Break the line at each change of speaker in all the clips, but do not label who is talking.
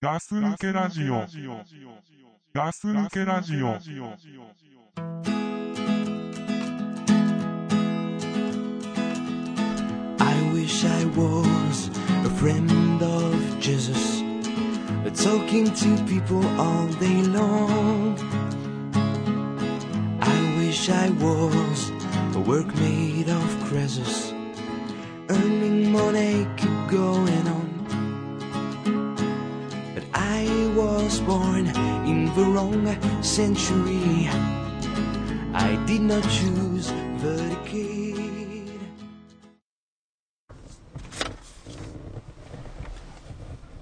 ガス抜けラジオ。ガス抜けラジオ。
I wish I was a friend of Jesus, talking to people all day long. I wish I was a work made of creases, earning money, keep going on. But I was born in the wrong century. I did not choose the decade.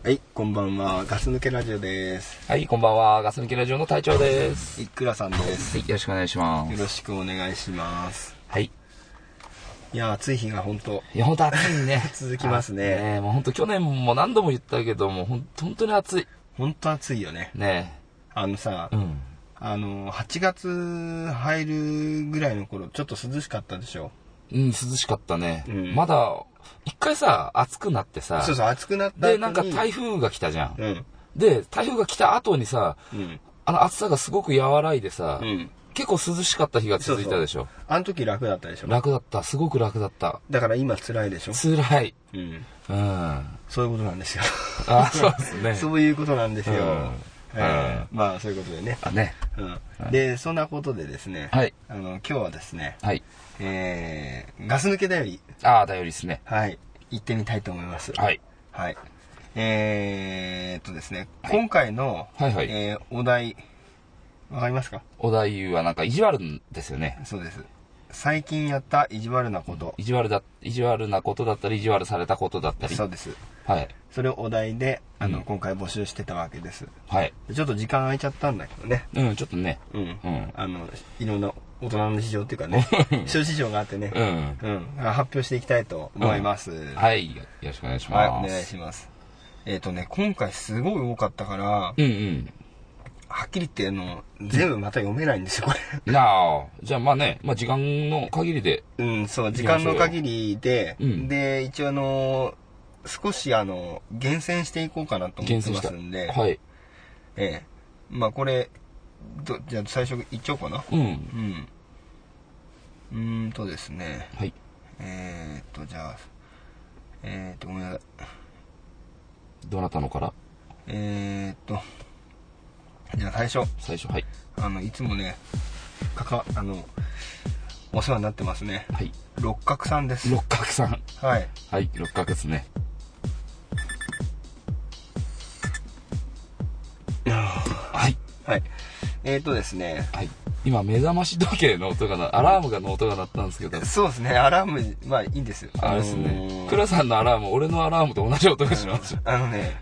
はい、こんばんは。ガス抜けラジオです。
はい、こんばんは。ガス抜けラジオの隊長です。
いくらさんです。
はい、よろしくお願いしま
よ
す。
ろしくお願いします。
はい。
いやー、暑い日が本当。
いや、本当暑いね
続きますね
暑いもう本当去年も何度も言ったけども、本当本当に暑い。
本当暑いよね。
ね
あのさ、
うん。
あの、8月入るぐらいの頃、ちょっと涼しかったでしょ。
うん、涼しかったね。
うん
まだ、一回さ、暑くなってさ、
そうそう、暑くなった後に。
で、なんか台風が来たじゃん。
うん。
で、台風が来た後にさ、
うん。
あの暑さがすごく和らいでさ、
うん。
結構涼しかった日が続いたでしょ。
あの時楽だったでしょ。
楽だった、すごく楽だった。
だから今辛いでしょ。
辛い。
うん。
うん。あ、
そういうことなんですよ。
そうですね。
そういうことなんですよ。
うん
えーまあ、そういうことでね。
あね。
うん。で、そんなことでですね。
はい。
あの、今日はですね、
はい。
えー、ガス抜けだより、
ああ、だよりですね。
はい、行ってみたいと思います。
はい。
はい。えーっとですね、今回の、
はいはい
えーお題、わかりますか
お題はなんか意地悪ですよね。
そうです。最近やった意地悪なこと。
意地悪だ、意地悪なことだったり、意地悪されたことだったり。
そうです。
はい。
それをお題で、あの、
うん
今回募集してたわけです。
はい。
でちょっと時間空いちゃったんだけどね。
うん、ちょっとね。
うん。
うん
あの、いろんな大人の事情っていう かね、諸事情があってね、
うん。
うん、発表していきたいと思います。
はい。よろしくお願いし
はい、
ます。
お願いします。えっ、とね、今回すごい多かったから、
うんうん。
はっきり言って、あの、全部また読めないんですよ、これ。
なあ、じゃあまあね、まあ時間の限りで。
うん、そう、時間の限りで、
うん
で、一応あの、少しあの、厳選していこうかなと思
厳
って
選
ま
した。
すんで、
はい。
ええまあこれ、どじゃあ最初いっちゃおうかな。
う。
うんん。うーんとですね、
はい。
えー、っと、じゃあ、えー、っと、ごめんなさい。
どなたのから
えー、っと、じゃあ最初。
最初。はい。
あの、いつもね、かか、あの、お世話になってますね。
はい。
六角さんです。
六角さん。
はい。
はい。六角ですね。はい。
はい。えっ、ー、とですね、
はい。今、目覚まし時計の音がな、アラームがの音が鳴ったんですけど、
そうですね、アラーム、まあいいんですよ。
あれです
あの
ね
ー。
クラさんのアラーム、俺のアラームと同じ音がします。
あの ね、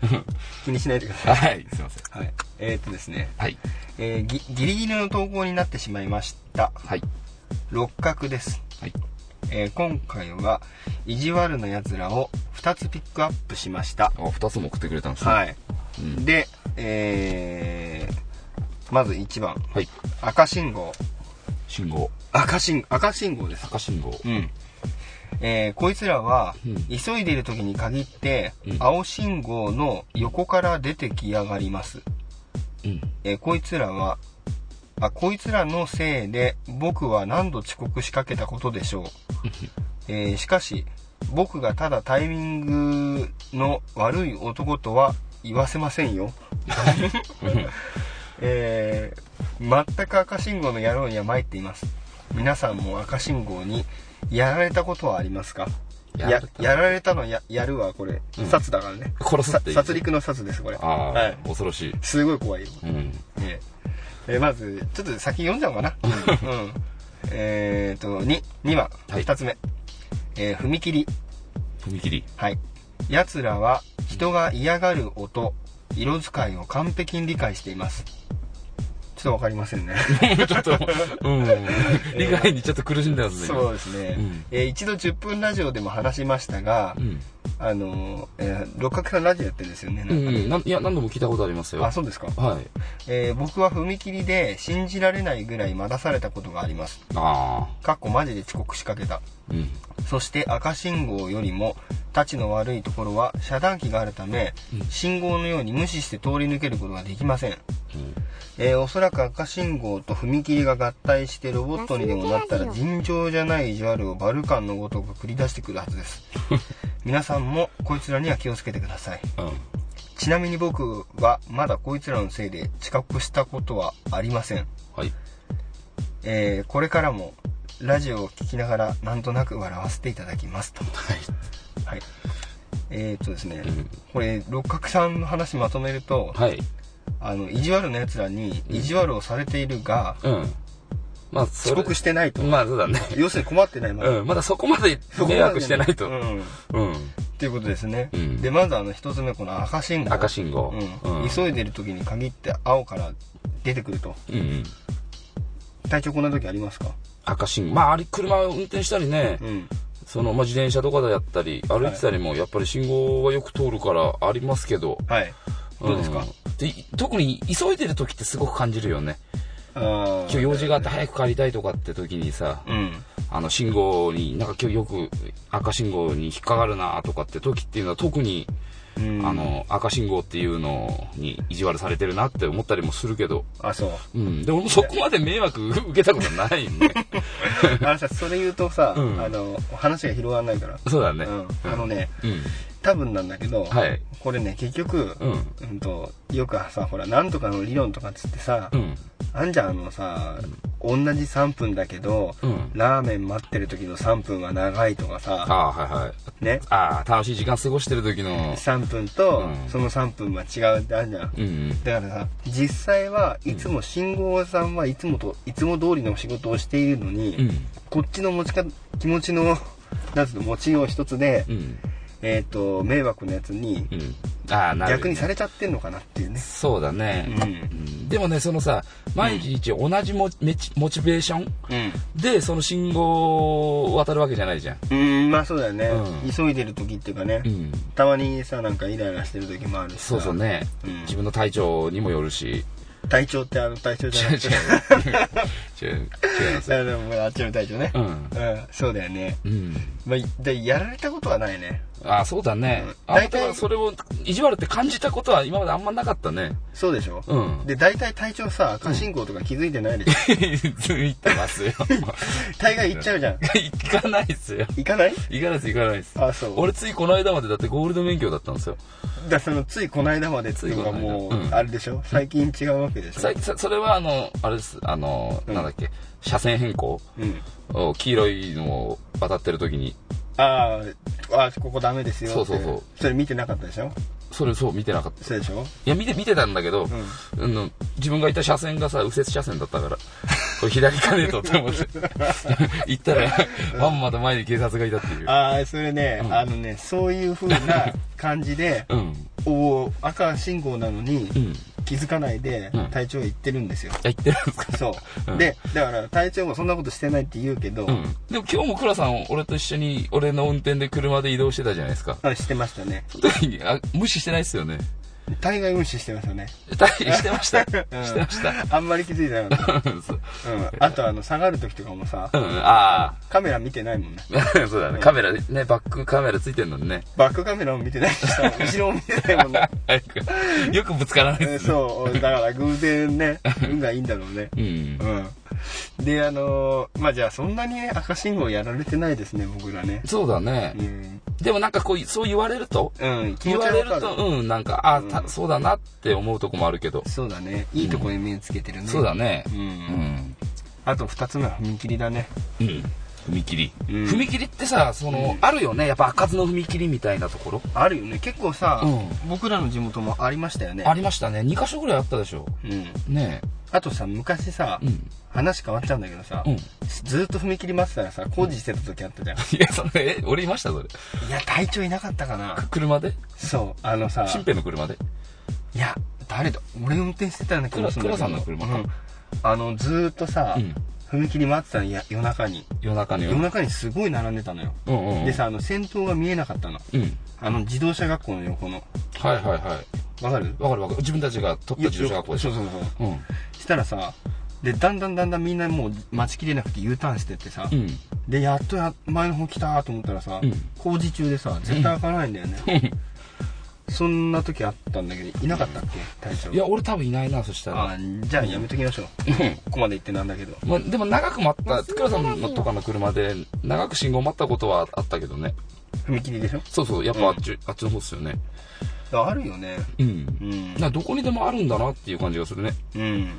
気にしないでください。
はい、すいません。
はい。えっ、ー、とですね、
はい。
えーぎ、ギリギリの投稿になってしまいました。
はい。
六角です。
はい。
えー今回は、意地悪な奴らを2つピックアップしました。
あ、二つも送ってくれたんですね。
はい。
うん
で、えー、まず1番。
はい。
赤信号。
信号。
赤信、赤信号です。
赤信号。
うん。えーこいつらは、
うん
急いでいる時に限って、
うん
青信号の横から出てきやがります。
うん。
えーこいつらは、あ、こいつらのせいで、僕は何度遅刻しかけたことで しょう。えーしかし、僕がただタイミングの悪い男とは言わせませ んよ。えー全く赤信号の野郎には参っています。皆さんも赤信号にやられたことはありますかや
やられた
やられたのややるはこれ、殺だからね。
殺すっていう
さ殺戮の殺です、これ。
ああ、
はい。
恐ろしい。
すごい怖いよ。
うん。
えーえーまず、ちょっと先読んじゃおうかな。うん。えーっと、2、2番、
はい
2つ目。えー踏切。
踏切。
はい。奴らは人が嫌がる音、色使いを完璧に理解しています。っとわかりませ んね。
ちょっと、うん。 理解にちょっと苦しんだはずだ
そうですね、
うん
えー一度10分ラジオでも話しましたが、
うん。
あのー、えー六角さんラジオやってるんですよね。
うんうん。なんいや、何度も聞いたことありますよ。
あ、そうですか。
はい。
えー僕は踏切で信じられないぐらい待たされたことがあります。
ああ。
かっこマジで遅刻しかけた。
うん。
そして赤信号よりも、たちの悪いところは遮断機があるため、信号のように無視して通り抜けることができません。えーおそらく赤信号と踏切が合体してロボットにでもなったら尋常じゃない意地悪をバルカンのごとく繰り出してくるはずです 皆さんもこいつらには気をつけてください
うん。
ちなみに僕はまだこいつらのせいで遅刻したことはありません、
はい。
えーこれからもラジオを聞きながらなんとなく笑わせていただきますと
はい。
はいえー、っとですねこれ六角さんの話まとめると
はい。
あの意地悪な奴らに意地悪をされているが
うん。まあ、そ
遅
れ
刻してないと
まあ、そうだね。
要するに困ってないま だ
うん。まだそこまで
そこまで
迷惑してないと。
う
うん。
ん、っていうことですね、
うん
でまずあの一つ目この赤信号
赤信号。
うん急いでる時に限って青から出てくると
うんうん。
体調こんな時ありますか
赤信号。まあ、あれ、車を運転したりね、
うん
その、まあ、自転車とかでやったり、歩いてたりも、やっぱり信号はよく通るからありますけど。
はいどうですか、
んで特に急いでる時ってすごく感じるよね。
ああ
今日用事があって早く帰りたいとかって時にさ、
うん
あの信号に、なんか今日よく赤信号に引っかかるなとかって時っていうのは特に、
うん
あの、赤信号っていうのに意地悪されてるなって思ったりもするけど、
あそう
うん。で、俺もそこまで迷惑受けたことないね。
あのさそれ言うとさ、
うん
あの話が広がらないから、
そうだね。
うん、あのね
うん。
多分なんだけど、
はい。
これね結局、
うん。
うんとよくさほらなんとかの理論とかっつってさ、
うん。
あんじゃんあのさ同じ3分だけど、
うん
ラーメン待ってる時の3分は長いとかさ
ああー、はいはい。
ね
ああ、楽しい時間過ごしてる時 の、
3分と、
うん
その3分は違うってあるじゃん
うんうん。
だからさ実際はいつも信号さんはいつもといつも通りの仕事をしているのに、
うん。
こっちの持ちか気持ちのなんつうの持ちよう一つで、
うん。
えっ、と迷惑なやつに
うん。ああ、なる
逆にされちゃってんのかなっていうね
そうだね。
うん
でもね、そのさ、毎日同じモ,、メチモチベーション
うん
で、その信号を渡るわけじゃないじゃん。
うんまあそうだよね、
うん
急いでる時っていうかね、
うん。
たまにさなんかイライラしてる時もあるしさ
そうそうね。
うん
自分の体調にもよるし。
体調ってあの体調じ ゃ
違う
な
違
くて
う。違う。違います。
あでもあっちの体調ね
うん。
うんそうだよね
うん。
まあでやられたことはないね
あ、そうだね。
うん
あ
大
な
体
たはそれを、意地悪って感じたことは今まであんまなかったね。
そうでしょ
うん。
で大体体調さ赤信号とか気づいてないでしょ
ついてます よ。
大概行っちゃうじゃん
行かないっすよ。
行かない
行かないっす、行かないっす。
あそう
俺ついこの間までだってゴールド免許だったんですよ。
だそのついこの間までっていうのがもう、
ついこの間うん
あれでしょ最近違うわけでしょ
ささそれはあの、あれです、あの、
うん
なんだっけ、車線変更
うん
お黄色いのを渡ってる時に、
あーあーここダメですよって
そうそうそう
それ見てなかったでしょ
それそう見てなかった。
そうでしょ
いや、見て、見てたんだけど、あの自分がいた車線がさ、右折車線だったから、これ左行かねえとって 思って、行ったら、まんまと前に警察がいたっていう。
ああそれね、
うん
あのねそういう風な感じで
うん。
おー赤信号なのに
うん。い
気づかないで
うん
体調行ってるんですよ、
や、行ってるんですか
そう、
うん
でだから体調もそんなことしてないって言うけど、
うん。でも今日も倉さん、俺と一緒に、俺の運転で車で移動してたじゃないですか。
あしてましたね
その時に、あ、無視してないっすよ ね。
大概無視してましたね
大してました。して
うん
ました。
あんまり気づいてなかっ
そう
た、うん、あとあの下がる時とかもさ
うん、あ
カメラ見てないもんね
あ。 そうだね。カメラ、ね、バックカメラついてんのにね。
バックカメラも見てないしさ 後ろも見てないもんね
よくぶつからない
うん
ですね。
そうだから偶然ね運がいいんだろうね
うん。
うんであのーまあじゃあそんなにね赤信号やられてないですね僕らね
そうだね
う。ん、
でもなんかこう、そう言われると、
うん、気
言
持ち
わ
は
れ
わ
る
か
と、うん、なんか、あたそうだなって思うとこもあるけど。
そうだねいいとこに目つけてるね、
そうだね。
うん、
うん。
あと2つ目は踏切だね
うん。踏切。
うん
踏切ってさ、その、あるよね。やっぱ開かずの踏切みたいなところ。
あるよね結構さ、
う
僕らの地元もありましたよね
ありましたね。2箇所ぐらいあったでしょ。
うん
ね
あとさ昔さ、
え。うん。
話変わっちゃうんだけどさ、
うん。
ずっと踏切待ってたらさ工事してた時あったじゃん、
いや、それ、え、俺いましたそれ。
いや隊長いなかったかな
車で
そうあのさ
新兵の車で。
いや誰だ俺運転してたんだけど
黒黒さんの車か
うんあの、ずーっとさ、
うん
踏切待ってたの、や夜中に。
夜中に
夜中にすごい並んでたのよ。
うんうんうん
でさ、あの、先頭が見えなかったの。
うん
あの、自動車学校の横の。
はいはいはい
わかる
わかるわかる自分たちが取った自動車学校でし
そ
ょ
うそうそう。
うん
したらさでだんだんだんだんみんなもう待ちきれなくて U ターンしてってさ、
うん
でやっとや前の方来たと思ったらさ、
うん
工事中でさ絶対開かないんだよね、そんな時あったんだけどいなかったっけ隊長
いや俺多分いないなそしたら
あじゃあやめときましょう、ここまで行ってなんだけど
まあ、でも長く待った、クラさんのとかの車で、長く信号待ったことはあったけどね。
踏切でしょ
そうそう、やっ
うん
ぱあっち、あっちの方ですよね。
あるよね
うん。だ
う
か
ん
らどこにでもあるんだなっていう感じがするね。
うん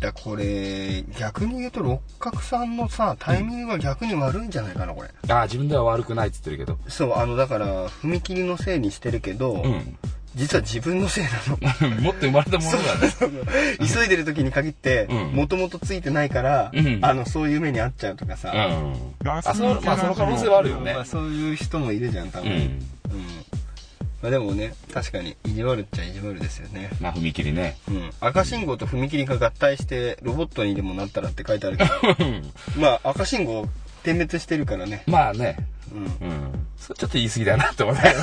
だからこれ逆に言うと六角さんのさタイミングが逆に悪いんじゃないかなこれ、
ああ、自分では悪くないって言ってるけど。
そうあのだから踏切のせいにしてるけど、
うん。
実は自分のせいなの
持って生まれたものだね。
急いでる時に限って
うん
もともとついてないから、
うん
あのそういう目に遭っちゃうとか
う
さ、
ん。
ガス
あ、そう、まあその可能性はあるよね
まあ、。そういう人もいるじゃん多
う
分、うん
ん。
まあ、でもね確かに意地悪っちゃ意地悪ですよね、
まあ踏切ね。
うん、赤信号と踏切が合体してロボットにでもなったらって書いてあ るけど
うん
まあ赤信号点滅してるからね、
まあね。
うん
うん。それ ちょっと言い過ぎだなって思 ったよ。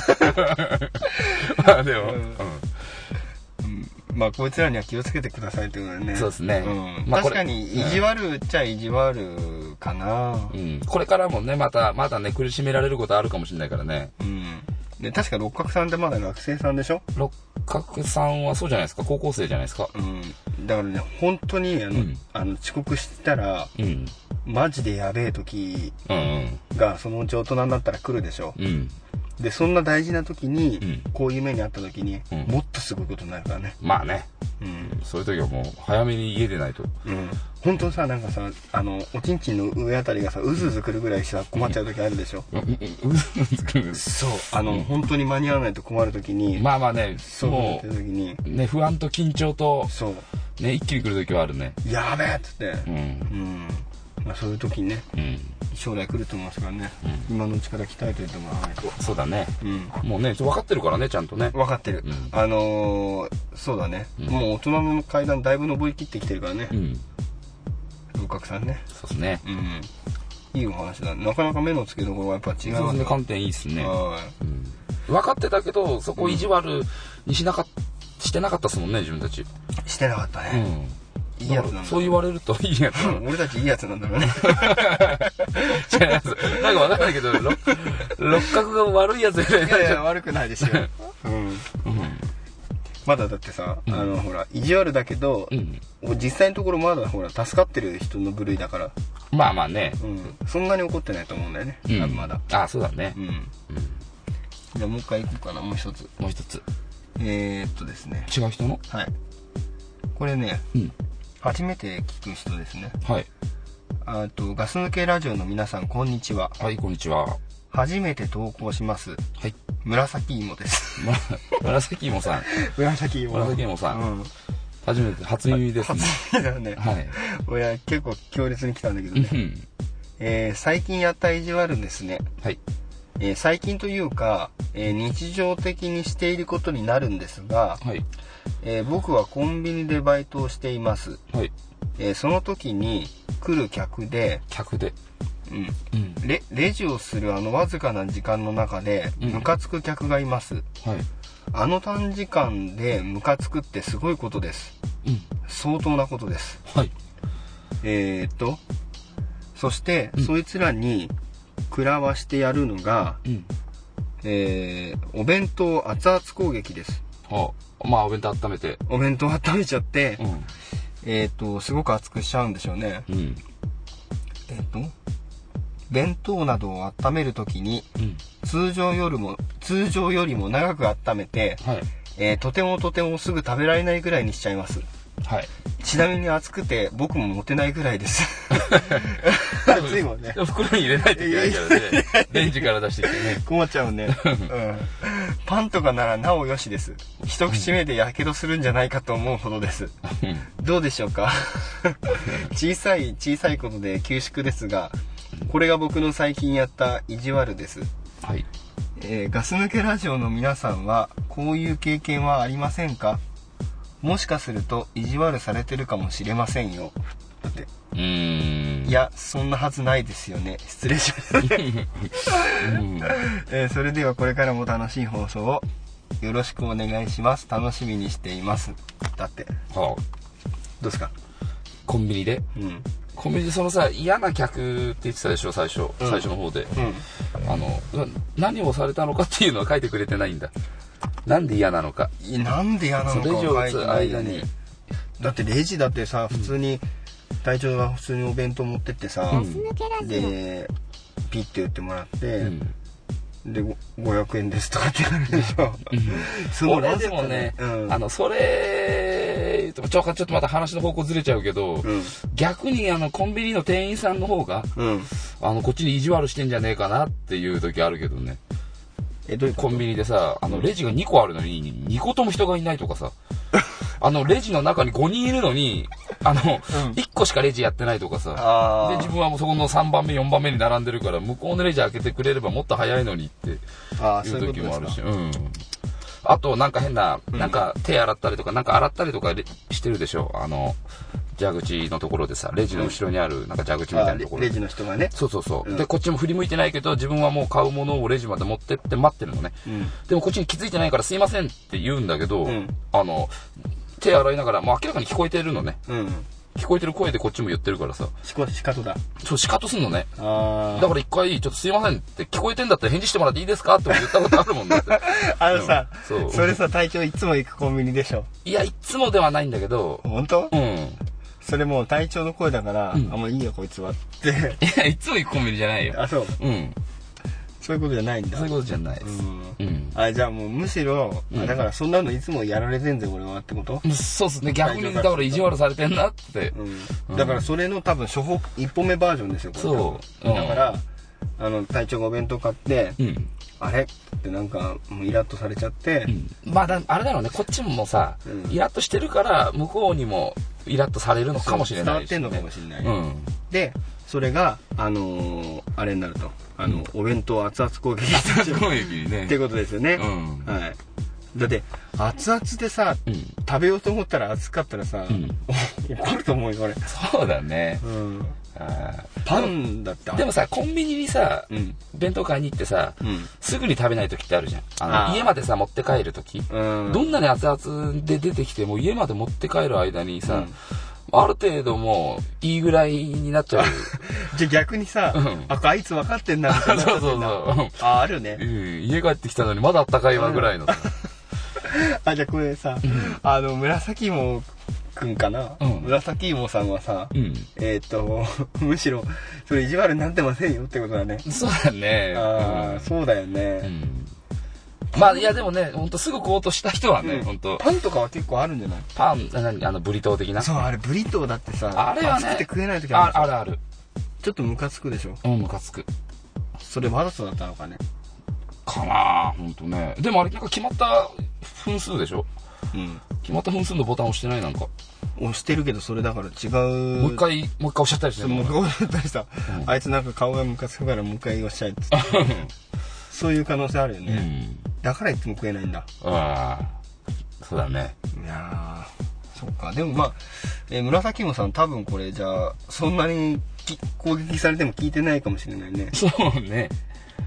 まあでも、うん。
まあこいつらには気をつけてくださいってことでね
そうですね
うん
まあこれ
確かに意地悪っちゃ意地悪かな、
うん。これからもね、また、まだね、苦しめられることあるかもしれないからね。
うんで確か六角さんってまだ学生さんでしょ
六角さんはそうじゃないですか高校生じゃないですか
うん、だからね本当にあの、
うん
あの遅刻したら
うん
マジでやべえ時
うん
がそのうち大人になったら来るでしょ
うんうん
でそんな大事な時に、
うん
こういう目にあった時に、
うん
もっとすごいことになるからね
まあね
うん、
そういう時はもう早めに家出ないと
うん、本当さなんかさあのおちんちんの上あたりがさうずうずくるぐらいさ困っちゃう時あるでしょ、
うんうんうんうん
そうあの、本当に間に合わないと困る時に、
まあまあね
そうなっ
も
てる時に
うね不安と緊張と
そう
ね一気に来る時はあるね
やべえっつって
う
うんん、まあ、そういう時にね
うん
将来来ると思いますからね、今のうちから鍛えといてもらわないと
そうだね
うん
もうね分かってるからねちゃんとね
分かってる、
うん
あのーそうだね、
うん
もう大人の階段だいぶ登りきってきてるからね
うん
六角さんね
そうですね
うんいいお話だなかなか目の付けどころはやっぱ違う
そうですね
ね
観点いいっすね
は
うん分かってたけどそこを意地悪にしなかっしてなかったっすもんね自分たち
いしてなかった
う
ね、
ん
いいやつなんだ
そう言われるといいやつ
うん俺たちいいやつなんだろうね
違います。なんかわかんない けど、六六角が悪いやつみたい
い
になっ
やい
ち
や
ゃう。
悪くないですよ、うん、まだだってさ、あのほら意地悪だけど、
うん。
実際のところまだほら助かってる人の部類だから、
まあまあね。
うん、そんなに怒ってないと思うんだよね、
うん
多分まだ
あ、そうだね
う。ん、じゃあもう一回行こうかなもう一つ
もう一つ。
えー、っとですね
違う人の
はいこれね
うん。
初めて聞く人ですね
はい。
あとガス抜けラジオの皆さんこんにちは
はい、こんにちは。は
初めて投稿します
い。
紫芋です
むら紫芋さん。
紫芋
紫芋さん
うん
初めて、初耳ですね。
初めてだね、
はい。
俺は結構強烈に来たんだけど
う
ね、
ん。
えー最近やった意地悪ですね、
はい。
えー最近というか、えー日常的にしていることになるんですが、
はい。
えー僕はコンビニでバイトをしています、
はい。
えーその時に来る客で、
客で。
うん、
うん。
レレジをするあのわずかな時間の中で
うん
ムカつく客がいます、
はい。
あの短時間でムカつくってすごいことです
うん。
相当なことです
はい。
えー、っとそして、そいつらに食らわしてやるのが、
うん。
えーお弁当熱々攻撃です
はあ。まあ、お弁当温めて。
お弁当温めちゃって、
うん。
えー、っとすごく熱くしちゃうんでしょうね
うん。
えっと弁当などを温めるときに
うん。
通常よりも通常よりも長く温めて、
はい。
えーとてもとてもすぐ食べられないぐらいにしちゃいます
はい。
ちなみに熱くて僕も持てないぐらいです 熱いもんね
でも袋に入れないといけないからね。レンジから出してきてね。
困っちゃうね、うん、パンとかならなおよしです一口目でやけどするんじゃないかと思うほどです
うん。
どうでしょうか 小さい小さいことで恐縮ですがこれが僕の最近やった意地悪です
はい。
えーガス抜けラジオの皆さんはこういう経験はありませんかもしかすると意地悪されてるかもしれませんよ。だって。
うーん
いや、そんなはずないですよね。失礼しました。
うん
えーそれではこれからも楽しい放送をよろしくお願いします。楽しみにしています。だって。
はあ
どうですか
コンビニで
うん。うん。
コンビニでそのさ嫌な客って言ってたでしょ最初、最初の方で、あの何をされたのかっていうのは書いてくれてないんだなんで嫌なのか
いなんで嫌な
そ
のか
れ以上
は
打
書いて
つ
ない
間
よね
に
だってレジだってさ、普通に、隊長が普通にお弁当持ってってさ、で、ピッて打ってもらって、
うん
で、ご500円ですとかってなるでしょ。その
俺でもね、
うん。
あのそれ言うとちょちょっとまた話の方向ずれちゃうけど、
うん。
逆にあのコンビニの店員さんの方が
うん。
あのこっちに意地悪してんじゃねえかなっていう時あるけどね
え、どういうこ
コンビニでさあのレジが2個あるのに2個とも人がいないとか さあのレジの中に5人いるのにあの、1個しかレジやってないとかさ
あ
で
ー
自分はもうそこの3番目4番目に並んでるから向こうのレジ開けてくれればもっと早いのにって
あー、
い
そう
う
いうこ
時
とで
もあ
す
る
か
し。うんあとなんか変ななんか手洗ったりとかなんか洗ったりとかレしてるでしょあの蛇口のところでさレジの後ろにあるなんか蛇口みたい
あ
なとこ
ー
ろ
レジの人がね。
そうそうそう、
うん
でこっちも振り向いてないけど自分はもう買うものをレジまで持ってって待ってるのね
うん。
でもこっちに気づいてないからすいませんって言うんだけど、
うん
あの手洗いながらもう明らかに聞こえてるのね
うん。
聞こえてる声でこっちも言ってるからさ
しこ、しかとだ。
そうシカッとすんのね
あ
だから一回、ちょっとすいませんって、聞こえてんだったら返事してもらっていいですかって俺言ったことあるもん ね。
あ。あのさ、
うんそう
それさ、隊長いつも行くコンビニでしょ。
いや、いつもではないんだけど、
本当
うん。い
それもう隊長の声だから、
ん
あ、もういいよ、こいつ は。って。
や、いつも行くコンビニじゃないよ。
あ、そう。
うん。
そういうことじゃないんだ。
そういうことじゃないで
う
す。
ん。
うん。
あ、じゃあもうむしろ、あだからそんなのいつもやられてんぜ、俺はってこと
そうっすね。逆に、だから意地悪されてんなって。
うん。だからそれの多分初歩、一歩目バージョンですよ、これ
そう
多
うん
分だから、あの、隊長がお弁当買って、
うん。
あれってなんか、もうイラッとされちゃって、
まあだ、あれだろうね、こっちももうさ
う、ん
イラッとしてるから、向こうにもイラッとされるのかもしれ
伝
な
わっ
い
て
し
ん
ね。
のかもしれない。
うん。
で、それが、あのーあれになると。あの、お弁当熱々攻撃っ
すごいね
てことですよね。
うん
はい。だって、熱々でさ、
うん。
食べようと思ったら熱かったらさ、
ん
怒ると思うよ、俺。
そうだね。
うん。
あ
パンだって
ーでもさ、コンビニにさ
う、ん。
弁当買いに行ってさ、
うん。
すぐに食べない時ってあるじゃん。あの
あー
家までさ、持って帰る時、
うん。
どんなに熱々で出てきても、家まで持って帰る間にさ、
うん
ある程度もう、いいぐらいになっち ゃう。
じゃあ逆にさ、
うん
あ、あいつ分かってんな、みた
そ
いうな。
そうそう。
あ、ある
う
ね。
ん、家帰ってきたのにまだあったかいわぐらいの。
あ、じゃあこれさ、あの、紫芋くんかな、
うん
紫芋さんはさ、
うん。
えーっ、と、 むしろ、それ意地悪になってませんよってことだね。
そうだね。
ああ、そうだよ
うんう
ね。
ん。まあ、いやでもね、ほんとすぐ食おうとした人はね、
うん
ほんと、
パンとかは結構あるんじゃない
パン、なにあの、ブリトー的な。
そう、あれ、ブリトーだってさ、
あれはね、
熱くて食えない時あ
あ
る
あ
る。
るある。
ちょっとムカつくでしょ。
うん、ムカつく。
それわざとだったのかね。
かなあほんとね。でもあれ、なんか決まった分数でしょ
うん。
決まった分数のボタン押してないなんか。
押してるけど、それだから違う。
もう一回、もう一回押しちゃったりして
もう
る
こうやったりさ、あいつなんか顔がムカつくからもう一回おっしゃいっつってそういう可能性あるよ
う
ね、
ん。
だからいつも食えないんだ
ああ。そうだね。
いやーそっかでもまあ、えー紫芋さん多分これじゃあそんなにき攻撃されても聞いてないかもしれないね
そうね。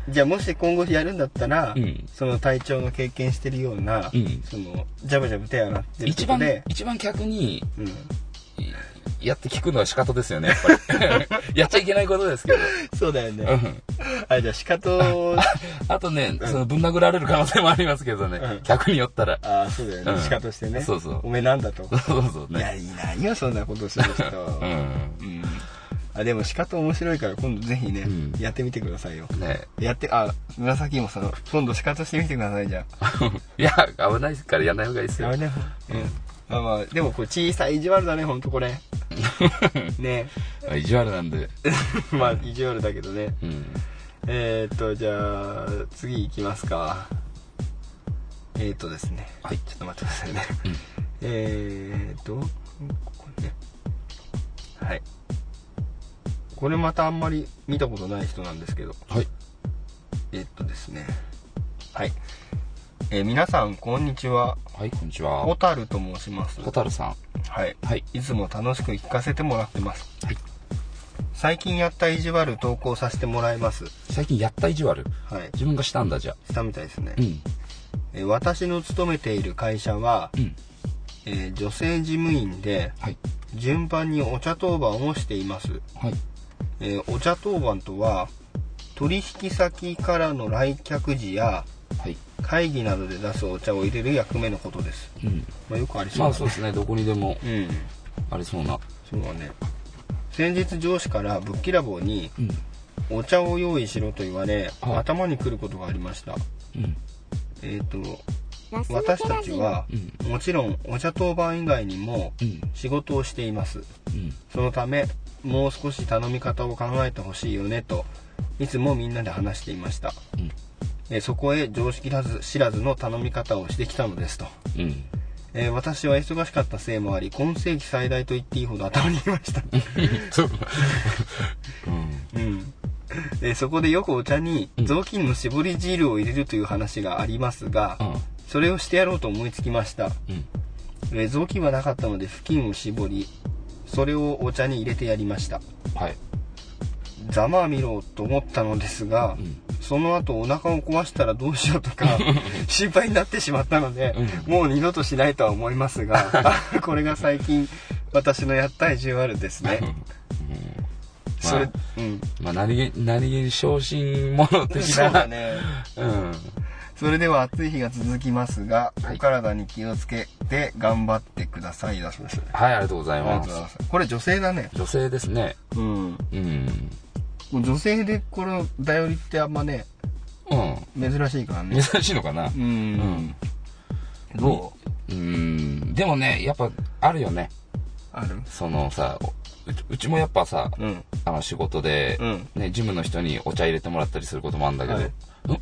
じゃあもし今後やるんだったら、
うん
その体調の経験してるような、
うん
そのジャブジャブ手洗ってると
一
こ
番
で、、
一番客に、
うん、
やって聞くのは仕方ですよね、やっぱり。 やっちゃいけないことですけど。
そうだよね、
うん。
あじゃあ仕方 を
あとね、その、ぶん殴られる可能性もありますけどね。
うん
客によったら。
ああそうだよね、
うん
仕方してね
そうそう
おめえなん だと、
そうそう
いや
ね。
いないよそんなことする人、
うん。
うんあでも仕方面白いから今度ぜひね、
うん
やってみてくださいよ
ね
やってあ紫芋さん今度仕方してみてくださいじゃ
いや、危ないからやんない方がいいです
あ
よ。
めなうんまあまあでもこれ小さい意地悪だねほんとこれ ね
意地悪なんで。
まあ意地悪だけどね
うん。
えー、っとじゃあ次行きますかえー、っとですね
はい
ちょっと待ってくださいね、えー、っとここねはいこれまたあんまり見たことない人なんですけど
はい。
えっとですね。はい。えー皆さんこんにちは
はい、こんにちは。
小樽と申します
ホタルさん。
はい、
はい。
いつも楽しく聞かせてもらってます
はい。
最近やった意地悪投稿させてもらいます
最近やった意地悪。
はい
自分がしたんだ、じゃあ。
したみたいですね
う、ん。
えー私の勤めている会社は、
うん
えー女性事務員で
はい。
順番にお茶当番をしています、
はい。
えーお茶当番とは取引先からの来客時や
はい。
会議などで出すお茶を入れる役目のことです、
うん。
まあ、よくありそ
ま
う
あ
だ
そう
ね
ですね、どこにでも
うん
ありそうな。
そうだね先日上司からぶっきらぼうに
うん。
お茶を用意しろと言われ
はい
頭にくることがありました
うん。
えっ、と私たちは
うん。
もちろんお茶当番以外にも
うん。
仕事をしています
うん。
そのためもう少し頼み方を考えてほしいよねといつもみんなで話していました、
うん
えーそこへ常識らず知らずの頼み方をしてきたのですと、
うん。
えー私は忙しかったせいもあり今世紀最大と言っていいほど頭にきました、
そう。 うん。
うんえーそこでよくお茶に雑巾の絞り汁を入れるという話がありますが、
あ
それをしてやろうと思いつきました、
うん。
えー雑巾はなかったので布巾を絞りそれをお茶に入れてやりました
はい。
ざまあみろと思ったのですが、
ん
その後お腹を壊したらどうしようと か心配になってしまったので、
う
もう二度としないとは思いますが あこれが最近私のやった意地悪ですね、それ、
ま
うん
まあ何気に、何気に昇進者的
そう
な。
だね
うん。
それでは暑い日が続きますが、
はい
お体に気をつけて頑張ってくださいだそうです
はい、ありがとうござ
あ
い
りが
ま
とうござい
す。
ますこれ女性だね
女性ですね。
うん
うん。
女性でこの頼りってあんまね
う
珍しいから
ん。
ね
珍しいのかな
うん、
うん。
どう
うん。でもね、やっぱ、あるよね。
ある
そのさ、うちうちもやっぱさ、
うん
あの仕事で、
うん
ね、ジムの人にお茶入れてもらったりすることもあるんだけど、
は
うん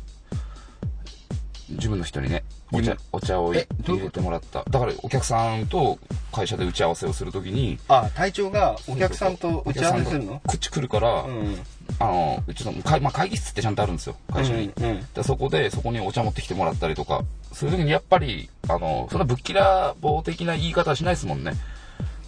ジムの人にね、お
ジ
茶
ム、
お茶をい
えどう
入
いう
れ
こ
てもらった。だからお客さんと会社で打ち合わせをするときに、
あ隊長がお客さんと打ち合わ
お
せするの
客さんとこっち来るから、
うん
あの、うちの、会まあ、会議室ってちゃんとあるんですよ、会社に。
うんうん
でそこで、そこにお茶持ってきてもらったりとか、そういう時にやっぱり、あの、そんなぶっきらぼう的な言い方はしないですもんね。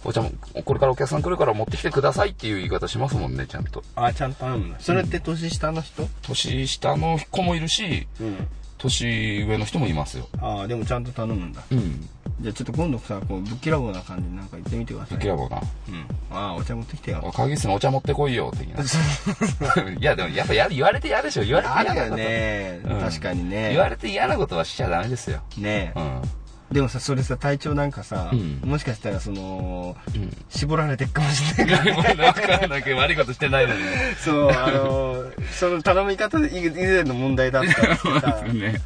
お茶も、これからお客さん来るから持ってきてくださいっていう言い方しますもんね、ちゃんと。
あちゃんとあるんだそれって年下の人
年下の子もいるし、
うん
年上の人もいますよ。
ああでもちゃんと頼むんだ
うん。
じゃあちょっと今度さこうぶっきらぼうな感じでなんか言ってみてくだ
ぶ
さ
っ
い
きらぼうな。
うんああお茶持ってきてよ
会議室にお茶持ってこいよ、的な。 いや、でもやっぱや言われて嫌でしょ。言われて
あ
嫌
る
なこ
よ
と。
ね
うん
確かにね
言われて嫌なことはしちゃダメですよ。
ね
う
え
ん。
でもさそれさ隊長なんかさ
うん
もしかしたらその
うん。
絞られてっかもしれない から
わかんないけど悪いことしてないのに。
そうあのその頼み方以前の問題だったんですけ どさ
ね。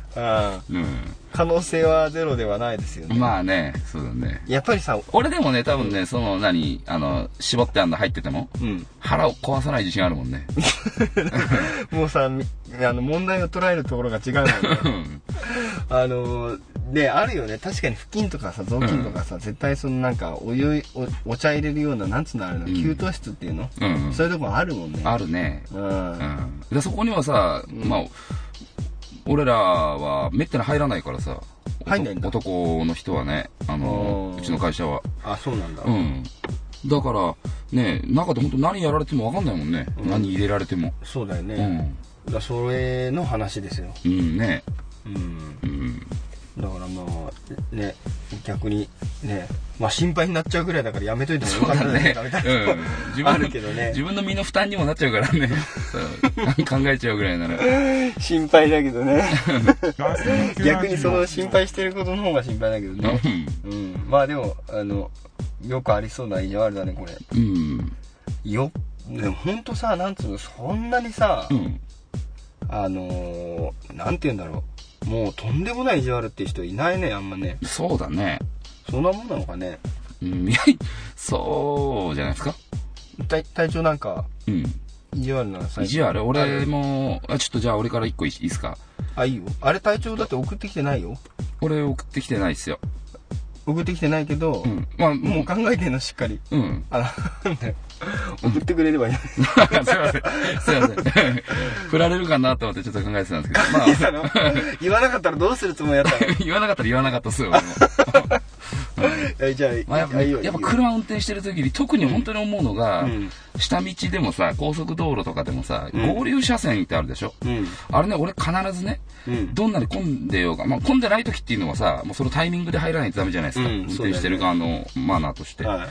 うん
う
可能性はゼロではないですよね
ん。まあね、そうだね。
やっぱりさ
俺でもね、多分ね、その、何、あの、絞ってあんの入ってても、
うん
腹を壊さない自信あるも んね。
もうさみあの問題を捉えるところが違うので
うん。
あのねあるよね確かに布巾とかさ雑巾とかさ、絶対そのなんかお湯おお茶入れるようななんつうのあれ
ん
の、給湯室っていうの、
うん。
そういうとこあるもんね
あるね。
うん、
うんでそこにはさ、まあ、俺らはめったに入らないからさ、
入んないんだ
男の人はね、あの、
う
う
ん
ちの会社は。
あそうなんだ、
うん。だから、ね、中で本当何やられてもわかんないもんね。
うん
何入れられても。
そうだよ
う
ね、
ん。
だからそれの話ですよ
うんね。
うん
うん。
だからまあね逆にねまあ心配になっちゃうぐらいだからやめといてもよかったんじゃないかみたいな、
うん。自分
あるけどね
自分の身の負担にもなっちゃうからね。 そう考えちゃうぐらいなら。
心配だけどね
ガス抜けラジオ
逆にその心配してることの方が心配だけどね、
う
うん、まあでもあのよくありそうな意地悪だねこ
ん。う
れ
ん。
よでもほんとさなんつうのそんなにさ、
うん。
あのーなんて言うんだろうもうとんでもない意地悪っていう人いないねあんまね
そうだね。
そんなもんなのかね
うん。いやそうじゃないですか。
体体調なんか
うん。
意地悪なのさ
意地悪俺もあちょっとじゃあ俺から一個いいですか
あいいよあれ体調だって送ってきてないよ
俺送ってきてないっすよ
送ってきてないけど、
うん。まあ、
も
も
う考えてんの、しっかり。
う、うん。
あら、なんだよ。送ってくれればいい。
すいません。すいません。振られるかなと思ってちょっと考えてたんですけど。ま
いやあの言わなかったらどうするつもりだった の
あ、 言わなかったら言わなかったっすよ。俺も
えじゃあ、
まあ、やっぱ
いいよいい
や
よ
っぱ車運転してる時に特に本当に思うのが、
うん
下道でもさ、高速道路とかでもさ、
うん
合流車線ってあるでしょ、
うん。
あれね、俺必ずね、
うん
どんなに混んでようが、まあ、混んでない時っていうのはさ、もうそのタイミングで入らないとダメじゃないですか。
うん
運転してる側のマナーとして、
は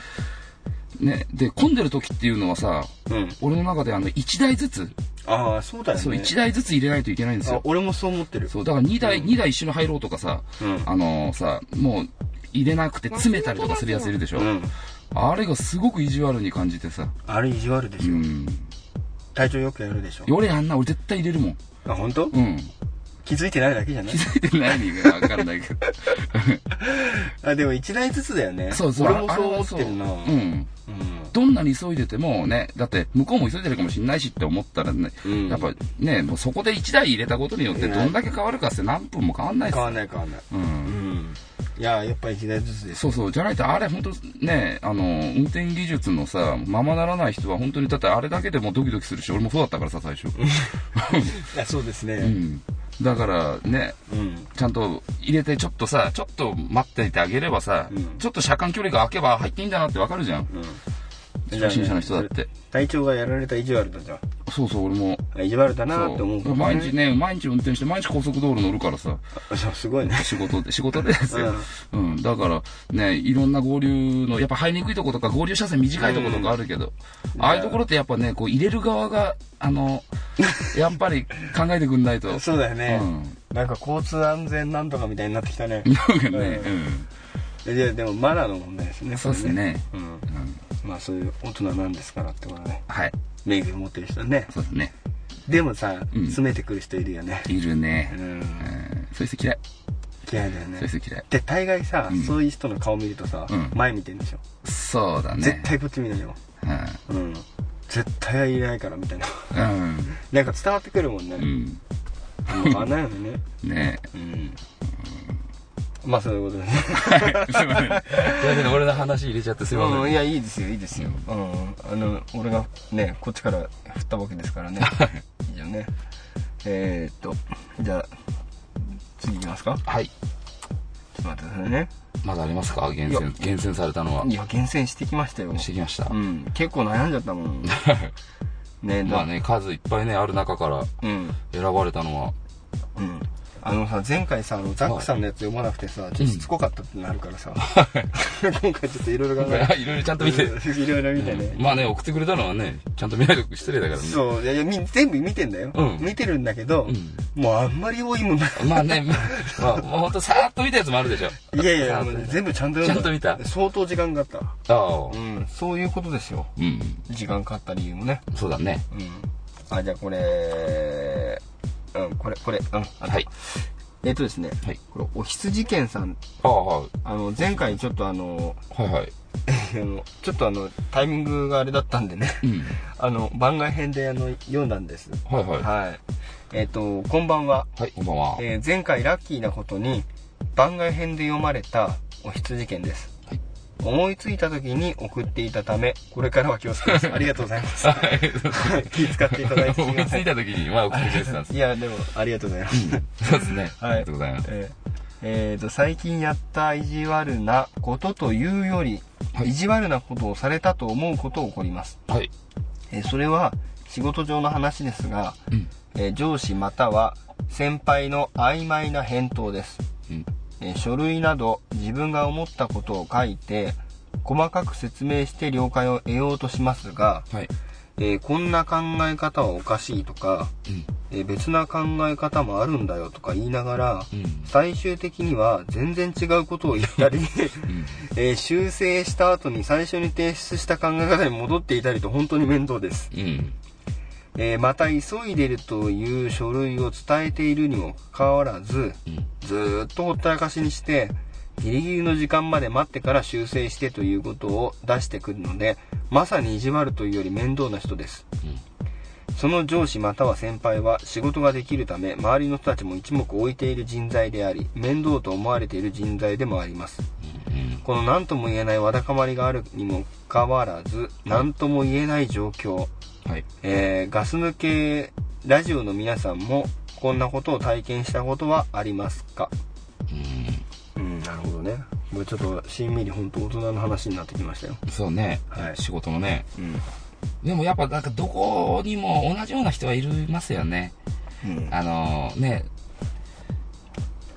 ね。で、混んでる時っていうのはさ、
い。うん。
俺の中であの、1台ずつ、
ああ、そうだよね。
そう、1台ずつ入れないといけないんです
あ
よ。
俺もそう思ってる。
そう、だから2台、二台一緒に入ろうとかさ、
うん
あのさ、もう、入れなくて詰めたりとかするやついるでしょ、
うん。
あれがすごく意地悪に感じてさ。
あれ意地悪で
う
すよ。
ん。
体調よくやるでしょ。
俺あんな、俺絶対入れるもん。
あ、本当？
うん。
気づいてないだけじゃない
気づいてないのかわかんないけど。
あ、でも一台ずつだよね。
そうそう。
俺もそう思ってるな。
あれはそううん。
うん
どんなに急いでてもね、だって向こうも急いでるかもしれないしって思ったらね、
うん
やっぱね、もうそこで1台入れたことによってどんだけ変わるかって何分も変わんないっす
変わんない変わんない。
うん。
うん。いや、やっぱ一台ずつです。
そうそう。じゃないと、あれ本当ね、あの、運転技術のさ、ままならない人は本当に、だってあれだけでもうドキドキするし、俺もそうだったからさ、最初。
いや、そうです
う
ね。
ん。だからね、
うん。
ちゃんと入れてちょっとさ、ちょっと待っていてあげればさ、
うん
ちょっと車間距離が空けば入っていいんだなってわかるじゃん。
うん。
初心者の人だっ
じ
て
ゃあね。。体調がやられた意地悪だじゃん。
そうそう、俺も。
あ意地悪だなって思うか
そう
らね。
毎日ね、毎日運転して、毎日高速道路乗るからさ、
あ。そうすごいね。
仕事で、仕事でですよ。うん。だから、ね、いろんな合流の、やっぱ入りにくいとことか、合流車線短いとことかあるけど、ああいうところってやっぱね、こう入れる側が、あ の、やっぱり考えてくんないと。
そうだよね、
う
なんか交通安全なんとかみたいになってきたね。
なんかね、うん。
いや、でもマナーの問題ですね。
そうですね。
これね。
うん。
うん。まあそういう大人なんですからってことね。
はい。
免許持ってる人ね。
そうですね。
でもさ、
うん
詰めてくる人いるよね。
いるね
う。ん。
うんそういう人嫌い。
嫌いだよね
そういう。人嫌い。
で、大概さ、
うん
そういう人の顔見るとさ、
うん
前見てんでしょ。
そうだね。
絶対こっち見ないよ。
う
うん。絶対いないからみたいな。
ん。
なんか伝わってくるもん
う
ね。
ん。
もう穴よね。
うん。 ね
うん。まあそういうことですね。
え。すいません。俺の話入れちゃって すいま
うん、
せん。
いやいいですよいいですよ、うん、あの俺がねこっちから振ったわけです からねいいよねえー、っとじゃあ次いきますかちょ
はい。
っと待ってくださいね
まだありますか厳
いや。
選。厳選されたのはい
や厳選してきましたよ
してきました
う。ん結構悩んじゃったも んねだ
まあね、数いっぱいね、ある中から
うん
選ばれたのは。
うんあのさ前回さあのザックさんのやつ読まなくてさちょっとしつこかったってなるからさ、 今回ちょっといろいろ考 え
いろいろちゃんと見て。
いろいろ見てね、
まあね、送ってくれたのはね、ちゃんと見ないと失礼だからね。
そういやいやみ全部見てんだよ、
うん
見てるんだけど、
う
もうあんまり多いもんな
まあね、まあ、まあほんとさーっと見たやつ もあるでしょ。
いやいや、
さ
もう
ー
ね
っと
全部ちゃんと読んだ。
ちゃんと見た
相当時間があった。
ああ。
うん、そういうことですよ。
うん。
時間かかった理由もね。
そうだね。
うん。あ、じゃあこれ、うん、これ、これ、うん、あと
はい。
えっとですね、
はい
これ、おひつじけんさん、
ああ、はい。
あの、前回ちょっとあの、
はいはい。
あのちょっとあの、タイミングがあれだったん でね、
うん。
あの、番外編であの、読んだんです。
はいはい。は
はい。えっと、こんばんは。
い、こんばんは。
えー前回ラッキーなことに番外編で読まれたお羊券です、
はい
思いついた時に送っていたためこれからは気をつけます ありがとうございます気使っていただいてす
思
み
い
ま
つ
せ
い
ん
た時に、まあ、送ってくれてたんです
い。やでもありがとうございます、
そうですね。
はい
ありがとうございます。
えーえーと最近やった意地悪なことというより、
はい
意地悪なことをされたと思うこと起こります、
はい。
えーそれは仕事上の話ですが、
うん。
えー上司または先輩の曖昧な返答です
うん。
えー書類など自分が思ったことを書いて細かく説明して了解を得ようとしますが、
はい。
えーこんな考え方はおかしいとか、
うん。
えー別な考え方もあるんだよとか言いながら、
うん
最終的には全然違うことを言ったり、えー修正した後に最初に提出した考え方に戻っていたりと本当に面倒です。
うん。
えーまた急いでるという書類を伝えているにもかかわらず、
うん。
ずーっとほったらかしにしてギリギリの時間まで待ってから修正してということを出してくるのでまさに意地悪というより面倒な人ですその上司または先輩は仕事ができるため周りの人たちも一目置いている人材であり面倒と思われている人材でもあります
うん。うん。
この何とも言えないわだかまりがあるにもかかわらず、何とも言えない状況、
はい。
えーガス抜けラジオの皆さんも、こんなことを体験したことはありますか
うん。
うん、なるほどね。これちょっと、しんみり本当大人の話になってきましたよ。
そうね。
はい
仕事もね。
うん。
でもやっぱなんかどこにも同じような人はいるますよね。
うん。
あのね、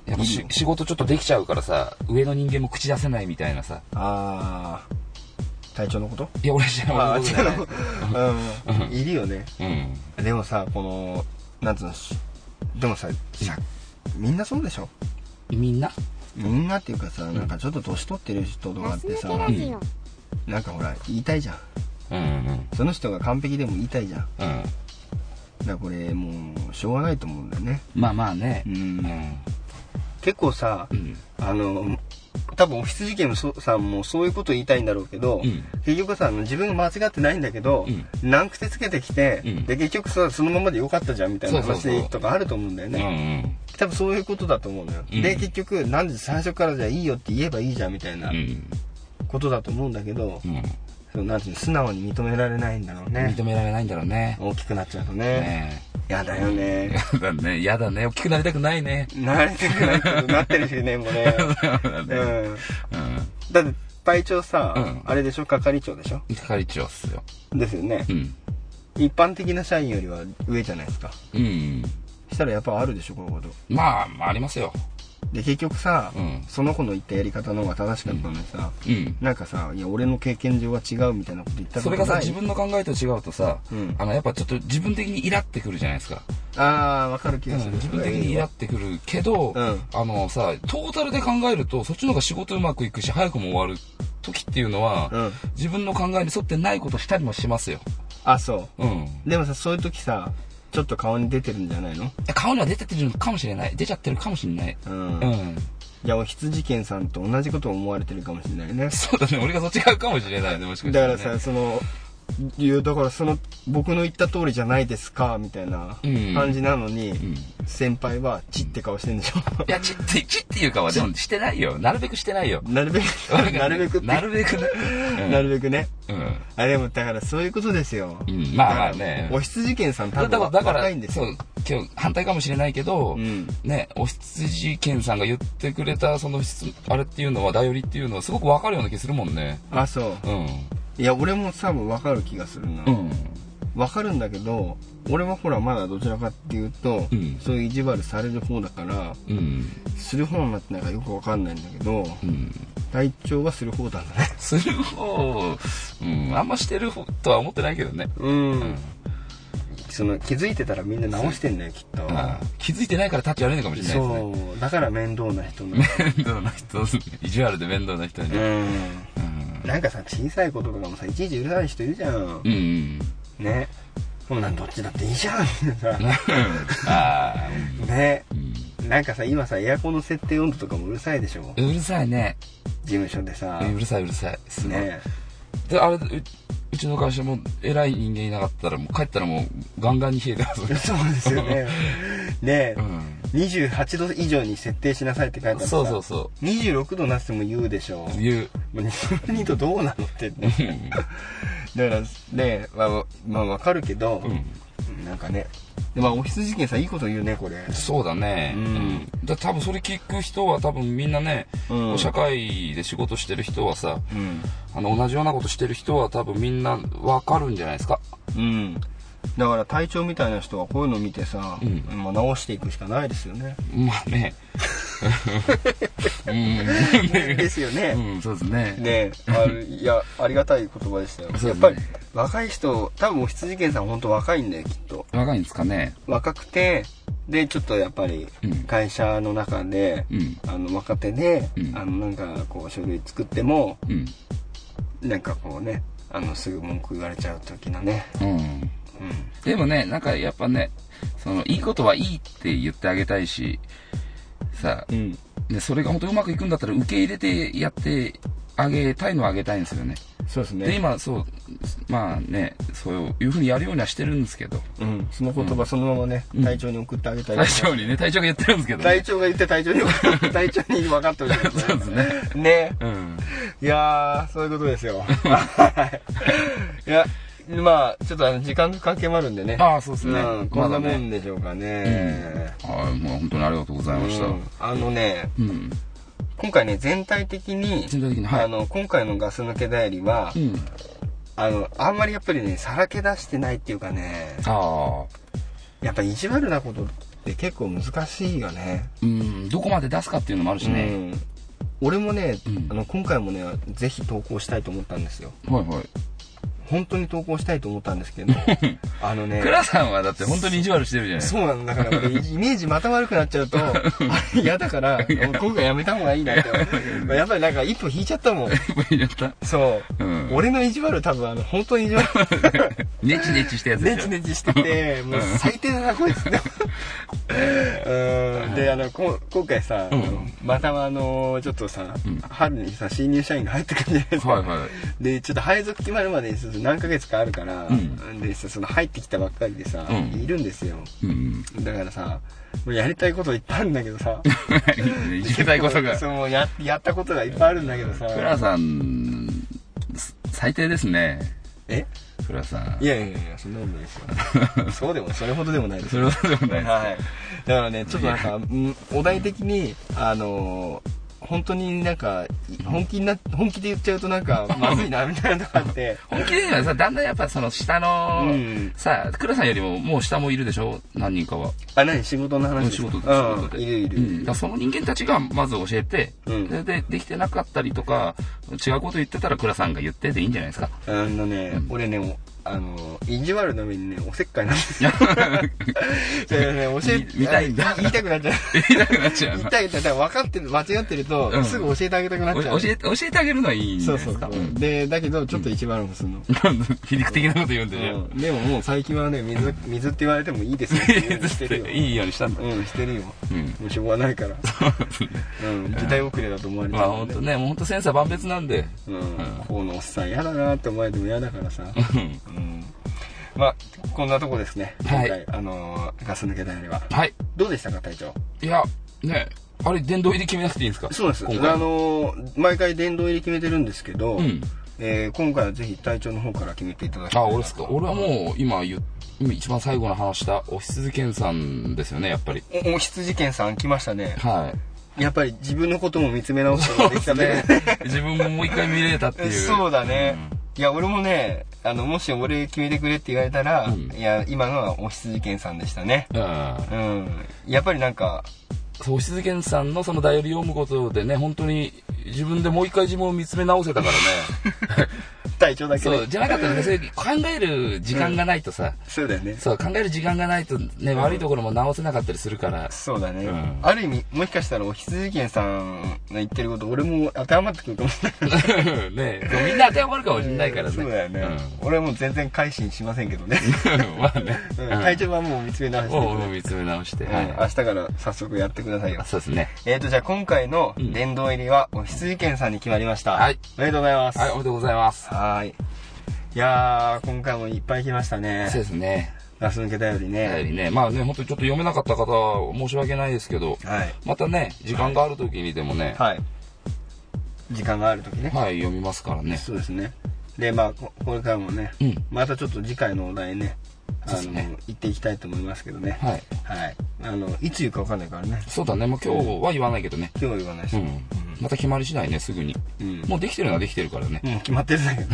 やっぱし
いいよ
仕事ちょっとできちゃうからさ、上の人間も口出せないみたいなさ。
あー、体調のこと
いや、俺じゃ
あ
俺のことじゃない。
ー、違う。うん。いるよね。
うん。
でもさ、この、なんつうの、しでもさ、さみんなそうでしょ
みんな
みんなっていうかさ、なんかちょっと年取ってる人とかってさ、
うん。
なんかほら、言いたいじゃん。
うんうん
その人が完璧でも言いたいじゃん。だか
うん。うん。
らこれ、もう、しょうがないと思うんだよね。
まあまあね。
うん
う
結構さ、
ん。
あの、多分、オフィス事件もそさんもそういうこと言いたいんだろうけど、
うん
結局さ、あの自分が間違ってないんだけど、難癖つけてきて、
うん
で、結局さ、そのままでよかったじゃんみたいな
そうそうそ
話
う
とかあると思うんだよ
う
ね。
んうん。
多分そういうことだと思うのよ。
うん
で、結局、なんで最初からじゃあいいよって言えばいいじゃんみたいな
うん。
ことだと思うんだけど、
うん。
そのなんていうの素直に認められないんだろうね。
認められないんだろうね。
大きくなっちゃうとね。
ね
やだよね。
え。だね。嫌だね。大きくなりたくないね。
慣れてくないけど、なってるしね、もうね。 うん。
う
だって、隊長さ、
うん
あれでしょ係長でしょ
ん。係長っすよ。
ですよね
う。ん。
一般的な社員よりは上じゃないですか。
うん。
したらやっぱあるでしょ、こういうこと。
まあ、まあ、ありますよ。
で、結局さ、
うん
その子の言ったやり方の方が正しかったのにさ、
うん。
なんかさ、いや、俺の経験上は違うみたいなこと言ったこ
そ
とな
れ
い
がさ、自分の考えと違うとさ、
うん
あの、やっぱちょっと自分的にイラってくるじゃないですか。
ああ、わかる気がする。
自分的にイラってくるけど、
うん
あのさ、トータルで考えると、そっちの方が仕事うまくいくし、早くも終わる時っていうのは、
うん
自分の考えに沿ってないことしたりもしますよ。
あ、そ
うん。
う。でもさ、そういう時さ、ちょっと顔に出てるんじゃないの
顔には出てってるのかもしれない。出ちゃってるかもしれない。
うん
うん。
いや、お羊犬さんと同じことを思われてるかもしれないね。
そうだね、俺がそっち側かもしれないね、もしかした、
だから
ね。
らさ、その、いう、だからその、僕の言った通りじゃないですか、みたいな
うん
感じなのに、
ん
先輩は、チって顔してんでしょ
いや、ちって、ちっていうかは、でもしてないよ。なるべくしてないよ。
なるべく、 なるべくっ て、
なるべくね。
なるべくね。
うん。うん
あ、でもだからそういうことですよ。
うんまあまあね
だからお羊犬さん多
だか
分
ら、だから
若いんです
そ
よ。
う、今日反対かもしれないけど、
うん
ね、お羊犬さんが言ってくれた、その質、あれっていうのは、だよりっていうのは、すごくわかるような気するもんね。
あ、そう。
うん。
いや、俺も多分分かる気がするな。
うん。
わかるんだけど俺はほらまだどちらかっていうと、
うん
そういう意地悪される方だから
うん。
する方になってないからよくわかんないんだけど、
うん。
体調はする方なんだね
する方、うん、あんましてる方とは思ってないけどね。
うん、その気づいてたらみんな直してんだよきっと
ああ気づいてないから立ち悪いのかもしれないですね。
そうだから面倒な人なの
面倒な人、 意地悪で面倒な人に。
う
うん
んなんかさ小さいこととかもさいちいち許さない人いるじゃん、
うんうん。
ねこんなんどっちだっていいじゃん みたいな
ああ、
ね
うん
なんかさ今さエアコンの設定温度とかも うるさいでしょ
うるさいね。
事務所でさ
うるさいうるさい。すごい。
ね
で、あれ、ううちの会社も偉い人間いなかったら、もう帰ったらもうガンガンに冷えてます。
そうです よね。ねえ、
うん。
28度以上に設定しなさいって書いてあった。
そうそうそう
26度なくても言うでしょ
う。言う。
う。もう22度どうなのって ね。だから、ねまあ、まあわかるけど、なんかね。でまあ、オフィス事件さ、いいこと言うね、これ。
そうだね。
うん
だ多分それ聞く人は多分みんなね、
うん
社会で仕事してる人はさ、
うん。
あの、同じようなことしてる人は多分みんなわかるんじゃないですか。
うん。だから、体調みたいな人はこういうのを見てさ、
うん
まあ、直していくしかないですよ ね。
まあね。
ですよね。
うん、そうですね。
ねえあるいやありがたい言葉でしたよ、
そうで
やっ
すね
ぱり若い人多分お羊犬さん本当若いんだよきっと
若いんですかね。
若くてでちょっとやっぱり
うん
会社の中で、
うん
あの若手で、
うん
あのなんかこう書類作っても
うん。
なんかこうねあのすぐ文句言われちゃう時のね、
うん。
うん、
でもね、なんかやっぱね、その、いいことはいいって言ってあげたいし、さ、
うん、
で、それが本当うまくいくんだったら受け入れてやってあげたいのはあげたいんですよね。
そうです
で、今、そう、まあね、そういうふうにやるようにはしてるんですけ ど、
うん、その言葉そのままね、
ん
隊長に送ってあげたい、
隊長にね、隊長が言ってるんですけど、
隊
ね。
長が言って隊長に隊長に分かってほしい
そうですね。
ね
うん。
いやー、そういうことですよ。はいいや、まあ、ちょっとあの、時間の関係もあるんでね。
ああ、そうですね。
うん、こ
ま
ん
だ
なも
ね。
んでしょうかね。
はい、もう本当にありがとうございました。
う
うん
あのね、
ん。
今回ね、全体的に、
全体的に、は
あ
い。
の、今回のガス抜けだよりは
う、ん。
あの、あんまりやっぱりね、さらけ出してないっていうかね、
ああ。
やっぱ意地悪なことって結構難しいよね。
うん、どこまで出すかっていうのもあるしね。
うん。俺もね、
うん
あの、今回もね、ぜひ投稿したいと思ったんですよ。
はいはい。
本当に投稿したいと思ったんです けど、あのね、
倉さんはだって本当に意地悪してるじゃない
そうなんだから俺、イメージまた悪くなっ ちゃうと、あれ嫌だから、もう今回やめた方がいいなって。 やっぱりなんか一歩引いちゃったもん。
入れた。
そう。
うん。
俺の意地悪多分あの、本当に意地悪。
ネチネチしたやつでしょ。
ネチネチしてて、もう最低だな、こいつ。うん。で、あの、こ今回さ、あ
う
の
ん
またあの、ちょっとさ、
ん
春にさ、新入社員が入ってくるじゃないですか。
はいはい。
で、ちょっと配属決まるまで何ヶ月かあるから、
うん
でさ、その入ってきたばっかりでさ、
うん
いるんですよ。
うん。
だからさ、もうやりたいこといっぱいあるんだけどさ。
いじけたいことが
そ。う、もうや、やったことがいっぱいあるんだけどさ。
倉さん、す最低ですね。
え
倉さん
い。やいやいや、そんなことないですよ。 そうでも、それほどでもないです
それ
よ。
はでもない
はい。だからね、ちょっとなんか、うんお題的に、あのー本当になんか、い本気にな、本気で言っちゃうとなんか、まずい な、みたいなとこあって。
本気で言うのはさ、だんだんやっぱその下の、
うん
さあ、倉さんよりももう下もいるでしょ何人かは。
あ、何仕事の話です
仕
か
事で、仕事で。
うんいるいる。
うんだからその人間たちがまず教えて、
うん
でで、できてなかったりとか、違うこと言ってたら倉さんが言ってでいいんじゃないです か。
あのね、俺ね、もうあの、意地悪の上にね、おせっかいなんですよ。それね、 教え、
み見たい
あの言いたくなっちゃう。
言いたくなっちゃう
言い。たい、だから分かってる、間違ってると、
うん
すぐ教えてあげたくなっちゃ
お
う。
教えて、教えてあげるのはいいんじゃないで
そうそ
す
うそ
か。
う、
うん
で、だけど、ちょっと一番もするの。
皮肉的なこと言うんでしょ
うんでももう最近はね、水、水って言われてもいい ですよっていうようにしてるよ。
いいようにしたんだ。
うん、してるよ。
うん。
もうしょうがないから。うん、時代遅れだと思われて
ま
る
あ
もん
本当ね、もう本当センサー万別なんで。
うん、このおっさん嫌だなって思われても嫌だからさ。
うん
うんまあ、こんなとこですね。今
はい
回、あのーガス抜けだよりは。
はい。
どうでしたか、隊長
いや、ね、あれ殿堂入り決めなくていいんですか
そうです。
今回
あのー毎回殿堂入り決めてるんですけど、
うん。
えー今回はぜひ隊長の方から決めていただきたい
あ、
な
俺っすか。俺はもう今言う、今一番最後の話した、おひつずけんさんですよね、やっぱり。
お、お羊剣さん来ましたね。
はい。
やっぱり自分のことも見つめ直すことができたね。
自分ももう一回見れたっていう。
そうだね。いや、俺もね、あの、もし俺決めてくれって言われたら、
うん
いや、今のはお羊剣さんでしたね。
うん。
うん。やっぱりなんか、
そう、星津源さんのそのダイアリーを読むことでね、本当に自分でもう一回自分を見つめ直せた からね。
隊長だけね
そう、じゃなかったらね、そういう考える時間がないとさ、
そうだよね。
そう、考える時間がないとね、悪いところも直せなかったりするから、
そうだね、
うん
ある意味もしかしたらお羊剣さんの言ってること俺も当てはまってくるかもしれない
ねそうみんな当てはまるかもしれないからね。
そうだよね、俺はもう全然改心しませんけ どね、
うん。 まあね。
うん、
うん
体調はもう見つめ直して
を
くれ
見つめ直して、
うん明
は
日から早速やってくださいよ
い。そうですね。
えーとじゃあ今回の殿堂入りはお羊剣さんに決まりました、
はい
おめでとうございます
はい、おめでとうございます。
はーいいやー今回もいっぱい来ましたね
そうですね。
ラス抜けたより
やは
ね
りね、まあね、本当にちょっと読めなかった方は申し訳ないですけど、
はい
またね、時間がある時にでもね、
はい時間がある時ね、
はい、読みますからね。
そうですね。で、まあ、ここれからもね、
うん
またちょっと次回のお題ね、あ
そうで
の、
すね
行っていきたいと思いますけどね。
はい。
はい。あの、いつ言うかわかんないからね、
そうだね、まあ今日は言わないけどね。
今日は言わないし。
う
うん。
ん。また決まり次第ね、すぐに。もうできてるのはできてるからね。
もう決まってるん だけど、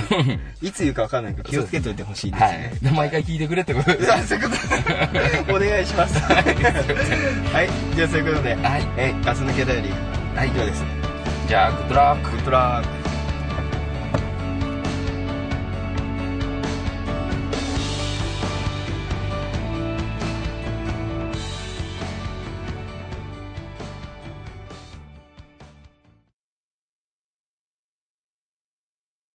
いつ言うかわかんないから気をつけといてほしいです
は
ね。
い。で、毎回聞いてくれってことです。
さあそういうことで お願いします。はい。じゃあ、そういうことで、
はい
え、ガス抜けだより、はい、以上です。
じゃあ、グッドラック。
グッドラック。